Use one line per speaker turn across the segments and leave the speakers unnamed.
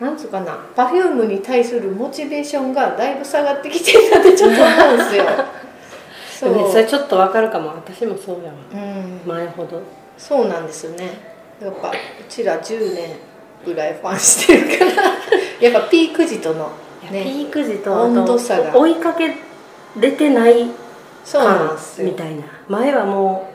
なんつうかな Perfume に対するモチベーションがだいぶ下がってきてるなってちょっと思うんです よ
で
そう
もねそれちょっとわかるかも私もそうやわ
うん
前ほど
そうなんですよねやっぱうちら10年ぐらいファンしてるからやっぱピーク時との
いや
ね
ピーク時とあ
温
と
度差が
追いかけれてない
そうなん
感
です
み
よ
たいな前はもう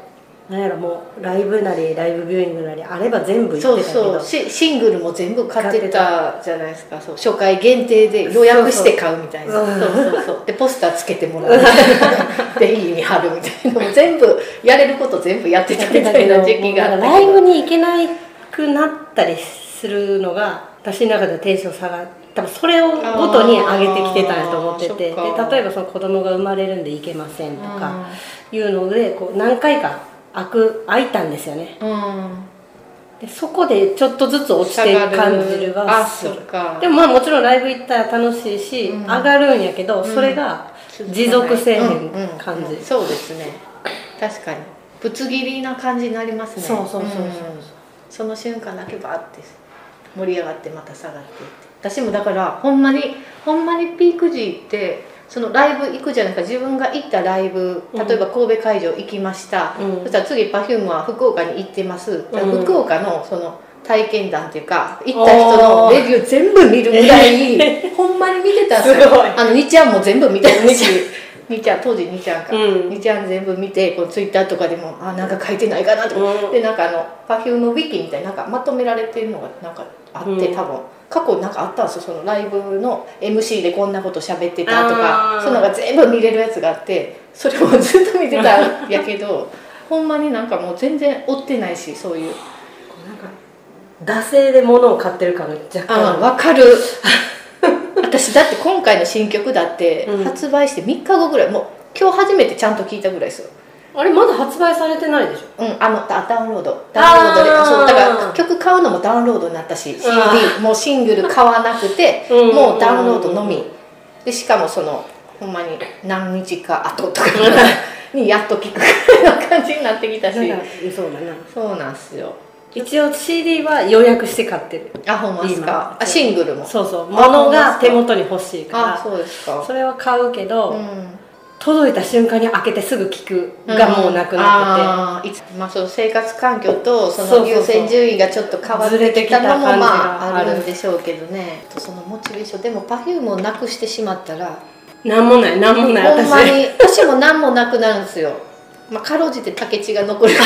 なんやろもうライブなりライブビューイングなりあれば全部行ってた
そう
けど
そうシシングルも全部買って
買
たじゃないですかそう初回限定で予約して買うみたいな
そう
そ
そう
うそうそうでポスターつけてもらうみたい なで家に貼るみたいなもう全部やれること全部やってたみたいな時期があ
も
っ
う
た
ラ
け
イ
ど
ブに行けなくなったりするのが私の中ではテンション下が多分それをごとに上げてきてたんやと思っててで
あーそっか
例えばその子供が生まれるんで行けませんとか
う
いうのでこう何回か開く開いたんですよ
ん
ねでそこでちょっとずつ落ちていく感じ
下が
が
あ
す
そ
る
っか
でもまあもちろんライブ行ったら楽しいし、
うん
上がるんやけどそれが持続せえへん感じ、
うんうんそうですね確かにぶつ切りな感じになりますね
そうそうそうそうん
その瞬間だけバーって盛り上がってまた下がっていって私もだからほんまにほんまにピーク時ってそのライブ行くじゃないか自分が行ったライブ
うん
例えば神戸会場行きました、
うん
そしたら次 Perfume は福岡に行ってます、だから
うん
福岡のその体験談っていうか行った人のレビュー全部見るぐらい ほんまに見てたんです
す
よ
ごい
あの2ちゃんも全部見てた しにちゃん当時2ちゃんか、
うん
にちゃん全部見てこうツイッターとかでもあなんか書いてないかなとか、
うん
でなんかあの Perfume ウィキみたいななんかまとめられてるのがなんかあって、
うん
多分過去なんかあったんですよそのライブの MC でこんなこと喋ってたとか
あー
そんなのが全部見れるやつがあってそれもずっと見てたんやけどほんまになんかもう全然追ってないしそういう
なんか惰性で物を買ってる感が若干
あ
ある
わかる 私だって今回の新曲だって
うん
発売して3日後ぐらいもう今日初めてちゃんと聞いたぐらいですよ
あれまだ発売されてないでしょ
うん、あのダダウンロードダウンロードで
あー
そうだから曲買うのもダウンロードになったし CD
あ
もうシングル買わなくて
うん
もうダウンロードのみでしかもそのほんまに何日か後とか にやっと聴くぐらいの感じになってきたし
なんかそうだな
そうなんすよ
一応 CD は予約して買ってる
あほんまっすか
今
あシングルも
そうそう
あ
物が手元に欲しい
あ
か
そうです
ら
か
それは買うけど、
うん
届いた瞬間に開けてすぐ聞くがもうな
なって
くなって
て、あーいつまあ、その生活環境とそ
そうそう
の
そう
優先順位がちょっと変わってきたのも
ずれてきた感じが
まああ
ある
るんでしょうけどねそのモチベーションでも Perfume をなくしてしまったら
てなんもないなんもない
ほんま
私
に私も何もなくなるんですよ、まあ、かろうじて竹地が残る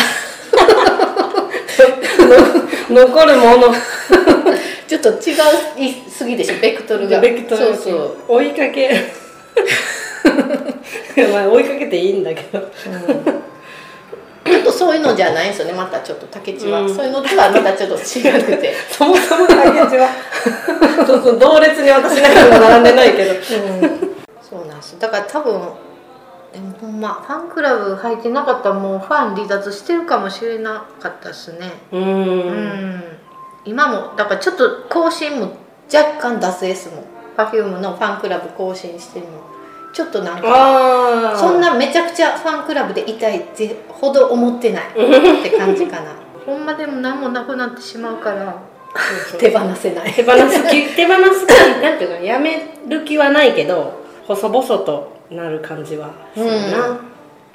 残るもの
ちょっと違いすぎでしょベクトルが
ベクトル
そうそう
追いかけ まあ追いかけていいんだけど
ちょっとそういうのじゃないんですよねまたちょっと竹地は、
うん
そういうのとはまたちょっと違くて
そもそも竹内 はそうそう同列に私なんかも並んでないけど
そうなんですだから多分でもほんまファンクラブ入ってなかったらもうファン離脱してるかもしれなかったですね
う
うん、
ん
今もだからちょっと更新も若干脱税ですもん Perfume のファンクラブ更新してもちょっとなんか
ああ
そんなめちゃくちゃファンクラブでいたいってほど思ってないって感じ かなほんまでも何もなくなってしまうから手放せない
手放す気 手放す感なんていうかやめる気はないけど細々となる感じはするな、
うん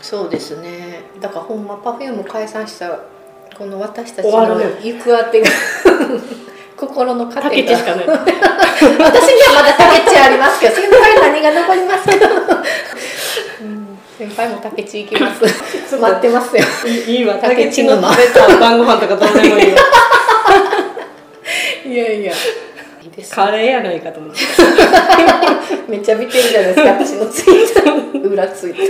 そうですねだからほんま Perfume 解散したらこの私たち
終わ
の
る
行く当てが 心の
タ
糧
ケ
が
チし かな
私
い
にはまだ竹地ありますけど先輩何が残りますけど、うん先輩も竹地行きます 待ってますよ
いいわ
タ
タ
ケ
ケ
チ
チ
の
の食べた晩ご飯とかどうでもいいわ
いやいやいいです
カレーやないかと思って
めっちゃ見てるじゃないですか私のツイッター裏ついて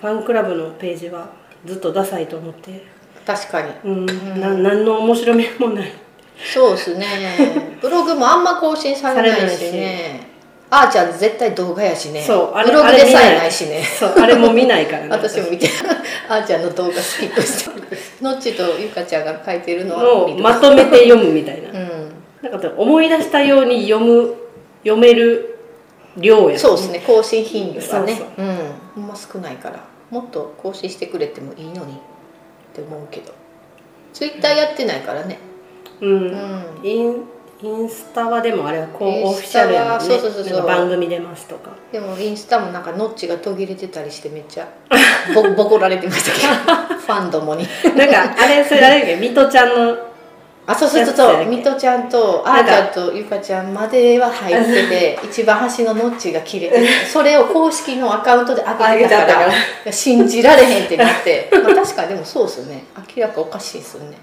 ファンクラブのページはずっとダサいと思って
確かに
うん、な何の面白みもない
そうですねブログもあんま更新されないし
され
ねあーちゃん絶対動画やしね
そうあれ
ブログでさ
あれ見な
え
い
ないしね
そうあれも見ないからね
私も見てあーちゃんの動画スキップしてのっちとゆかちゃんが書いてるのは
も
見
う
る
まとめて読むみたいな
う
なんか思い出したように読む読める量や
ん、そうですね更新頻度がね
そう
うんほんま少ないからもっと更新してくれてもいいのにって思うけどツイッターやってないからね
うん
うん
インインスタはでもあれはこ
イン
うオフィ
ス
シ
タ
ャル
は
やもんね
そうそうそうそう
なんか番組出ますとか
でもインスタもなんかノッチが途切れてたりしてめっちゃ ボボコられてましたけどファンどもに
なんかあれそれあれだけどミトちゃんの
あそうそうそう
や
そ
っ
う
てたっけ
ミトちゃんとあ
な
ー
ん
ち
か
ゃんとゆかちゃんまでは入ってて一番端のノッチが切れてそれを公式のアカウントで上げてたから
上げてあったか
信じられへんってなってまあ確かにでもそうですよね明らかおかしいですよね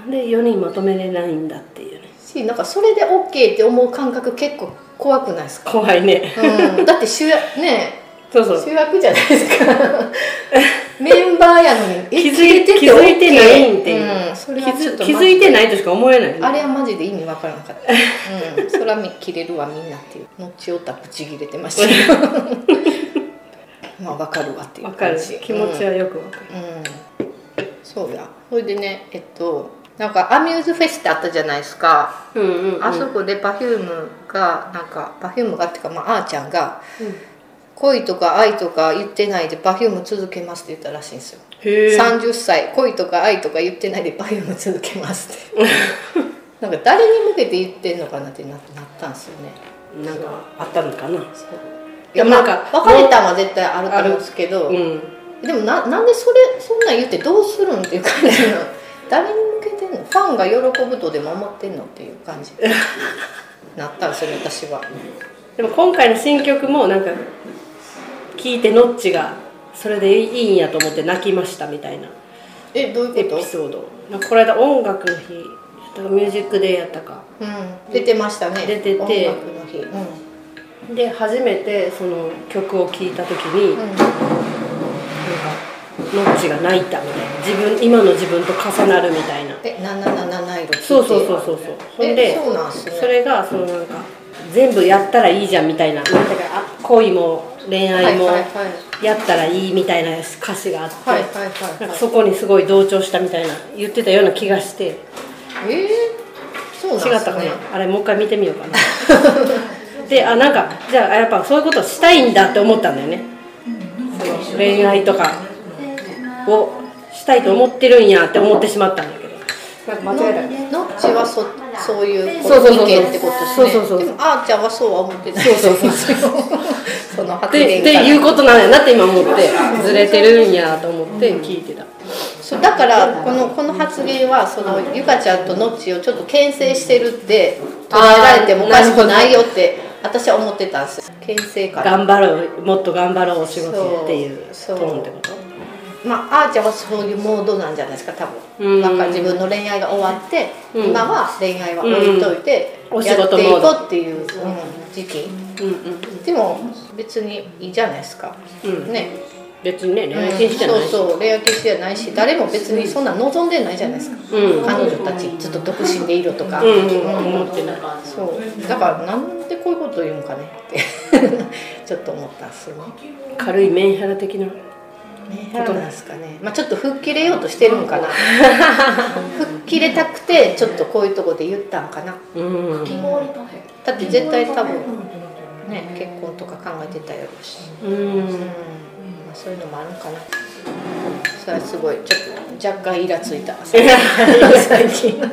なんで4人まとめれないんだっていうね
しなんかそれで OK って思う感覚結構怖くないですか、
怖いね
うん、だって主役ね
そうそう
主役じゃないです かメンバーやのにえ
気づいて
切れ OK
気づいてないんっていう
うん、そ
気
れはちょっ
づ
と
気づいてないとしか思えないね
あれはマジで意味わからなかった。うん、そら見切れるわみんなっていう。後おたぶち切れてました けど。まあわかるわっていう
わ
感じ。
かる気持ちはよくわかる、
うん。うん。そうや。それでね、えっと、なんかアミューズフェスってあったじゃないですか。
うんうんうん
あそこでパフュームがなんかパフュームがっていうかまああーちゃんが
うん
恋とか愛とか言ってないでパフューム続けますって言ったらしいんですよ。
へえ
30歳恋とか愛とか言ってないでバイオも続けますって なんか誰に向けて言ってんのかなってななったんですよね
なんかあったのかな
いや
いや
な
なんん
か
か
別れたんは絶対あると思うんですけど、
うん
でもななんでそれそんなん言ってどうするんっていう感じの誰に向けてんのファンが喜ぶとでも思ってんのっていう感 じなったんですよね私は
でも今回の新曲もなんか聞いてノッチがそれでいいんやと思って泣きましたみたいな
えどうい
エ
う
ピ
こと
ソードなんかこの間音楽の日やったかミュージックデーやったか
うん、出てましたね
出てて
音楽の日、うん
で初めてその曲を聴いた時に、なんかノッチが泣いたみたいな自分今の自分と重なるみたいな
え7777色
そうそうそうそうそうほんで
えそうなんすね
それがそのなんか全部やったらいいじゃんみたいななんかあ恋も恋愛も、
はいはいはい
やったらいいみたいな歌詞があって、
はいはいはいはい
なんかそこにすごい同調したみたいな言ってたような気がして違っ
えー、そうなんです
たかな、
ね
あれもう一回見てみようかな であなんかじゃあやっぱそういうことしたいんだって思ったんだよねその恋愛とかをしたいと思ってるんやって思ってしまったんだけどなんか間違えたかな
ノッチはそそういう
そうそうそうそう
意見ってことですね
そうそうそう
でもあーちゃんはそうは思ってない
そうそうそう
そう その
っ
発
て
言
っ
か
て
ら
いうことなんやなって今思ってずれてるんやと思って聞いてた、
そうだからこのこの発言はそのゆかちゃんとノッチをちょっと牽制してるって捉えられてもおかしくないよって私は思ってたんです牽制から
頑張ろうもっと頑張ろうお仕事っていう
そ
ト
う
ーンってこと
まああーちゃんはそういうモードなんじゃないですか多
う
分
ん
なんか自分の恋愛が終わって、
うん
今は恋愛は置いといて、
うんお仕
やっ
事モ
てい
ード
こうっていう、うん時期
うんうん
でも別にいいじゃないですか、
うん
ね
別にね恋愛禁止じゃないし、
そうそう恋愛禁止じゃないし彼も別にそんな望んでないじゃないですか、
うん
彼女たちずっと独身でいろとか、
うんうん思ってない
そうだからなんでこういうこと言うんかねって ちょっと思ったんですよね
軽いメンヘラ的な
ことなんですかね、まあ、ちょっと吹っ切れようとしてるんかな吹っ切れたくてちょっとこういうとこで言ったんかな
うんうん
だって絶対多分ね結婚とか考えてたやろうし、うんまあ、そういうのもあるんかなそれはすごいちょっと若干イラつ いた最近の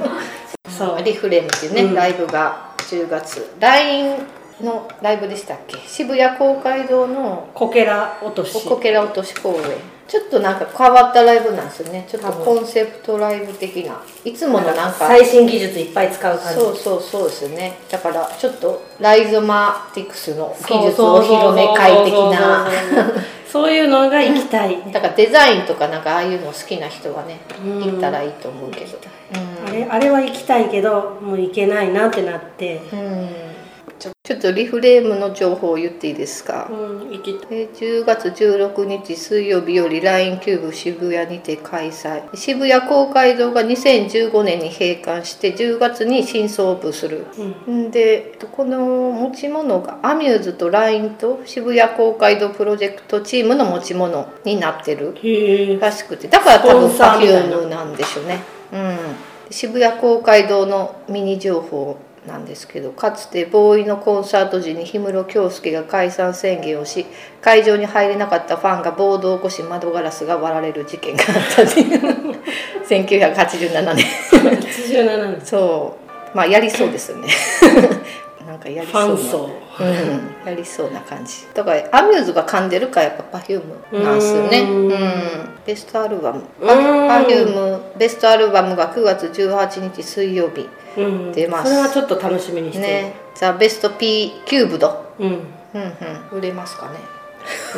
そう
リフレームっていうね、
うん
ライブが10月 LINE のライブでしたっけ渋谷公会堂の
こけら落とし
おこけら落とし公演ちょっとなんか変わったライブなんですよねちょっとコンセプトライブ的ないつものなんか
最新技術いっぱい使う感じ
そうそうそうですねだからちょっとライゾマティクスの技術お披露目会的な
そういうのが行きたい
だからデザインとかなんかああいうの好きな人はね
うん
行ったらいいと思うけど
あれあれは行きたいけどもう行けないなってなって、
うん、うんちょちょっとリフレームの情報を言っていいですか、
うん、行きたい
えー10月16日水曜日より LINE キューブ渋谷にて開催渋谷公会堂が2015年に閉館して10月に新装オープンするんでこの持ち物がアミューズと LINE と渋谷公会堂プロジェクトチームの持ち物になってる
へえ
らしくてだから多分
スポンサーみたいな
Perfume なんでしょうね、うん、渋谷公会堂のミニ情報なんですけどかつてボーイのコンサート時に氷室京介が解散宣言をし会場に入れなかったファンが暴動を起こし窓ガラスが割られる事件 があったという1987年
87年
そうまあやりそうですよね なんかやり
フ
そうな
ァン層
うん、やりそうな感じだからアミューズが噛んでるからやっぱ Perfume なんですよね
うーん
うんベストアルバム
うん
Perfume ベストアルバムが9月18日水曜日
うん
出ます
それはちょっと楽しみにしてる、
ねザ・ベスト P キューブド
うん
うんうん売れますかね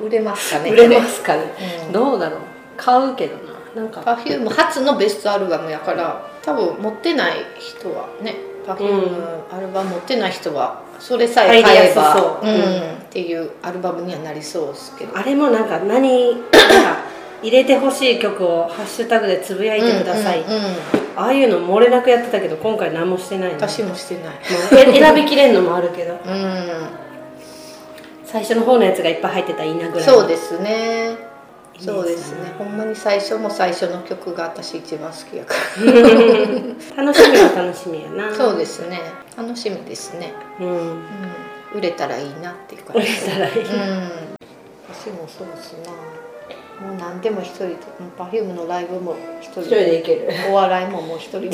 売れますかね
売れますかね、
うん
どうだろう買うけどななんか
Perfume 初のベストアルバムやから多分持ってない人はね Perfume アルバム持ってない人はそれさえ買えば
入りやすそう
うん、っていうアルバムにはなりそうですけど
あれもなんか何なんか入れてほしい曲をハッシュタグでつぶやいてください、
うんうんうん
ああいうの漏れなくやってたけど今回何もしてないの
私もしてない
もうえ選びきれんのもあるけど
う
最初の方のやつがいっぱい入ってたらいいなぐ
ん
らい
そうですね
いいですね
そうですねほんまに最初も最初の曲が私一番好きやか
楽しみは楽しみやな
らそうですね楽しみですね、
うん
うん、売れたらいいなっていう感
売
じ
れたらい
う
い、
ん私もそうっすなもう何でも一人でもう Perfume のライブも一人
一人
で
でいける
お笑いももう一人で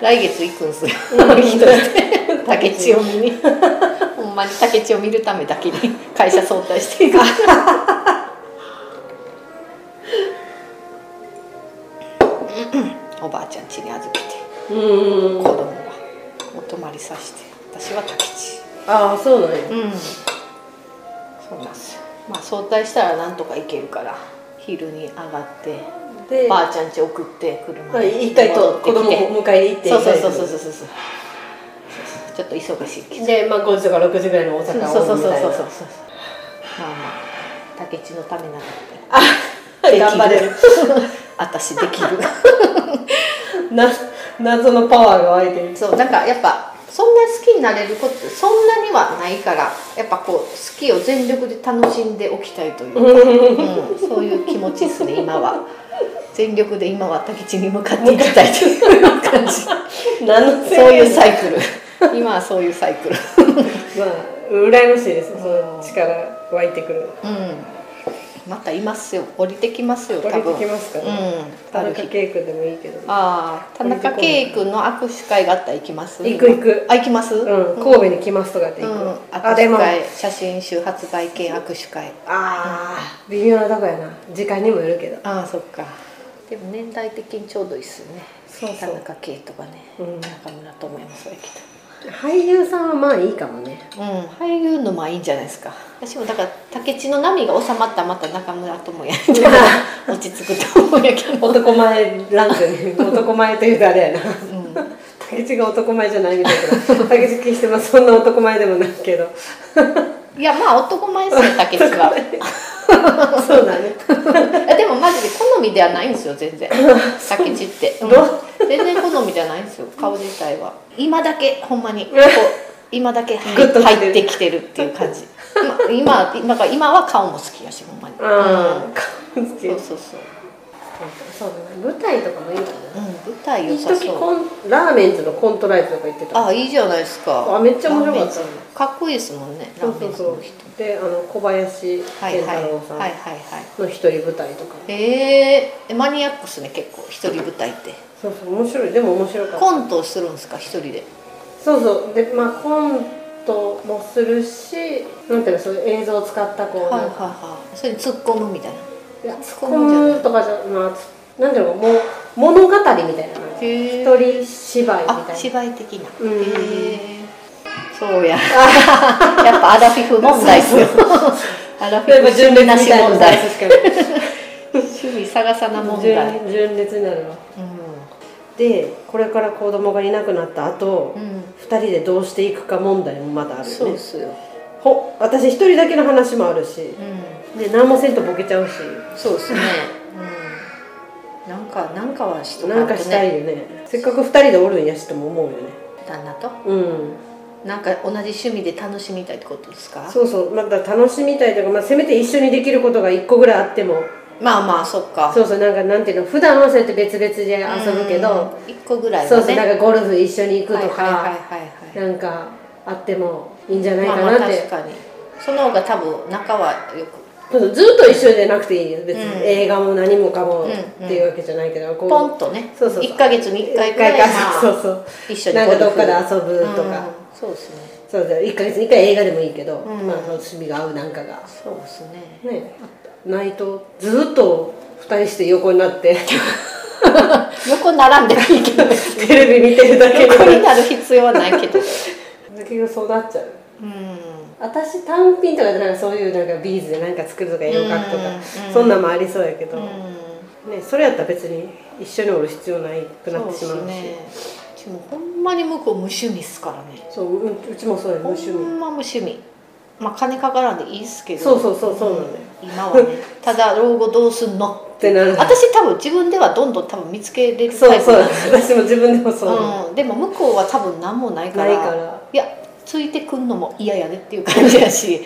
来月行くんすよ一人で竹千代見に ほんまに竹千代見るためだけに会社早退していく おばあちゃん家に預けて
うん
子供はお泊まりさせて私は竹千
ああそうなんや
代うんそうなんですよまあ早退したらなんとか行けるから昼に上がって
で
ばあちゃん家送って車
は
で
い一回と子供
戻ってきて
を迎えに行って
そうそうそうそう
う
そうそうそうちょっと忙しいけど
で、まあ、5時とか6時ぐらいの大
そう
阪
そうそう
をみ
そう
たい
そ
な
うそうまあまあ竹地のためなら
あ頑張れる
私できる
な謎のパワーが湧いてる
そうなんかやっぱそんな好きになれることってそんなにはないからやっぱこう好きを全力で楽しんでおきたいというか、うん、そういう気持ちですね今は全力で今は竹地に向かっていきたいという感じ
何のせ
そういう
さ、
サイクル 今はそういうサイ クル
まあ、羨ましいですその力湧いてくる
うん、またいますよ降りてきますよ
降
多
り
分
てきますか
うん
ね、田
ある
中
日
圭君でもいいけど
ああ田中圭君の握手会があったら行きます
行く行く
あ行きます
うん、
う
神戸に来ますとかって行く、
ん
あ
握
で
手
も
会写真集発売兼握手会
あー微妙なとこやな時間にもよるけど
ああそっかでも年代的にちょうどいいっすよね
そうそう
田中圭とかね、
うん
中村智也もそうやけ
俳優さんはまあいいかもね
ど、うん、俳優のまあいいんじゃないですか私もだから竹地の波が収まったらまた中村智也みたいな落ち着くと思うんやけど、
男前ランクに男前というとあれや
う
な
ん
竹内が男前じゃないみたいな竹内決してもそんな男前でもないけど
いやまあ男前ですよ竹内は
そうだね
え でもマジで好みではないんですよ全然 竹内って、うん
ど
全然好みじゃないんですよ顔自体は今だけほん まにこう今だけ入
グッときてる
入ってきてるっていう感じ今今だから今は顔も好きやしほんまに、
ああ好き
うんそうそうそう、
そうだね舞台とかもいいか
う
な
ん、舞台良
一
さ
時
そう
コンラーメンズのコントライブとか行ってた
あいいじゃないですか
あめっちゃ面白か
ラ
った
ーメンズかっこいいですもんねラ
そう
ーメ
そ
ン
う
ズ
そ
の
う
人
であの小林
はい
健
はい
太
はい
郎さん
はいはい
の一人舞台とか、
えー、マニアックっすね結構一人舞台って
そうそう面白いでも面白かった
コントをするんですか一人で
そうそうでまあコントもするしなんていうのそういう映像を使ったこう、
はいはい
なんか
はいそれに突っ込むみたいない
や
突っ
突
込
っ
むんじゃない
込むとかじゃまあつなんていうのもう物語みたいな感じ
へ
一人芝居みたい
あ
な
芝居的な
うんうんうん
へえそうや やっぱアラフィフ問題っすよアラフィフ趣味なし問題趣味探さな問題
純純烈になるわ
う
でこれから子供がいなくなった後、
ん、うん、
二人でどうしていくか問題もまだあるよ
そうっ
ね
すよ、
ほ私一人だけの話もあるし
うん、
で何もせんとボケちゃうし
そうっすね、うん、なんかなんかはしと
なん
と
かしたいよねせっかく二人でおるんやしとも思うよね
旦那と
うん
なんか同じ趣味で楽しみたいってことですか
そうそうまた楽しみたいというか、まあ、せめて一緒にできることが一個ぐらいあっても
まあまあそっか
そうそうなんかなんていうの普段はそうやって別々で遊ぶけど、
うん一個ぐらいはね
そうそうなんかゴルフ一緒に行くとか、
はいはいはいはいはい
なんかあってもいいんじゃない
まあ
か
まあ
なって、
確かにその方が多分仲はよく
このずっと一緒じゃなくていいよ別に、
うん
映画も何もかも
うん
っていうわけじゃないけど、こう
ポンとね
そうそうそう
1ヶ月に1回
一
くら
回
い
か、
まあ
そうそう
一緒に
なん
ゴ
か
ル
どっ
フ
かで遊ぶとか、
うんそう ですね
そうだよ1か月に1回映画でもいいけど、
うん
まあその趣味が合うなんかが
そうですね
ねないとずっと2人して横になって
横並んでないけど
テレビ見てるだけ
横に
で
なる必要はない けど
結局そうなっちゃう
うん
私単品とかでなんかそういうなんかビーズで何か作るとか絵を描くとか、
うんうん
そんなんもありそうやけど、
う
ね、それやったら別に一緒におる必要ないくなっ
ん
てしまうし
そうですねでもほんまに向こう無趣味っすからね
そううんうちもそうや無趣味、
ほんま無趣味まあ金かからんでいいっすけど
そうそうそうそうなんだよ
今は ねただ老後どうすんの
ってなる
私多分自分ではどんどん多分見つけれる
そ
タ
う
イプ
そう
なんですよ
私も自分でもそう、
うん、でも向こうは多分何もないから
ないから
いやついてくんのも嫌やでっていう感じやし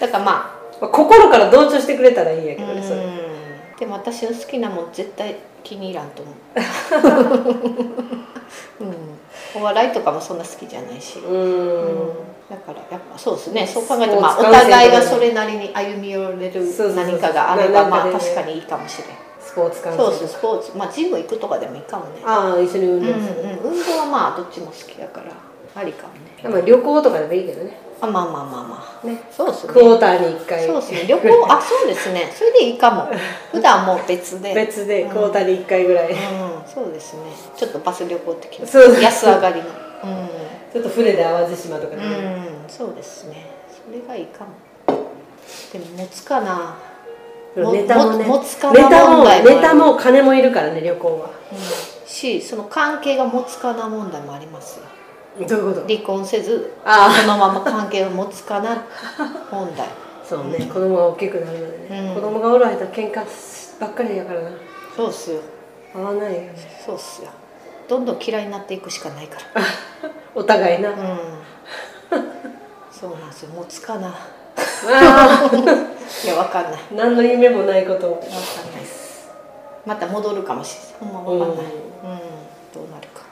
だからまあ
まあ、心から同調してくれたらいいんやけどねそれ
うんでも私の好きなもん絶対気に入らんと思 う、うん、お笑いとかもそんな好きじゃないし、
うん、
だからやっぱそうですねそう考え
ス
て
ポーツ
まあお
観戦とかね
互いがそれなりに歩み寄れる
そうそうそう
何かがあれば
な
ま
ん
あ
かでね
確かにいいかもしれん
スポーツ観戦
そうそうスポーツまあジム行くとかでもいいかもね
ああ一緒に
う
運
ん
動する、
うん運動はまあどっちも好きだからありかもね
まあ、旅行とかでもいいけどね
あまあまあまあまあ
ね
そうですね
クォーターに1回
そうですね旅行あそうですねそれでいいかも普段もう別で
別で
うん
クォーターに1回ぐらい、
うんそうですねちょっとバス旅行的な
そうそう
安上がりの
ちょっと船で淡路島とか
う
で、
ん、うん、そうですねそれがいいかもでも持つかなも
ネタもね
も持つかな
ネタも
問題もある
ネタも金もいるからね旅行は
しその関係が持つかな問題もありますよ
どういうこと
離婚せず
あ
そのまま関係を持つかな問 題
あそうね子供が大きくなるのでね、
うん
子供がおる間喧嘩ばっかりやからな
そうっすよ
合わないよね
そうっすよどんどん嫌いになっていくしかないから
お互いな、あ
うんそうなんですよ持つかな
あ
いやわかんないわ
何の夢もないことを
かんないですまた戻るかもしれないほんまわかんないうん、どうなるか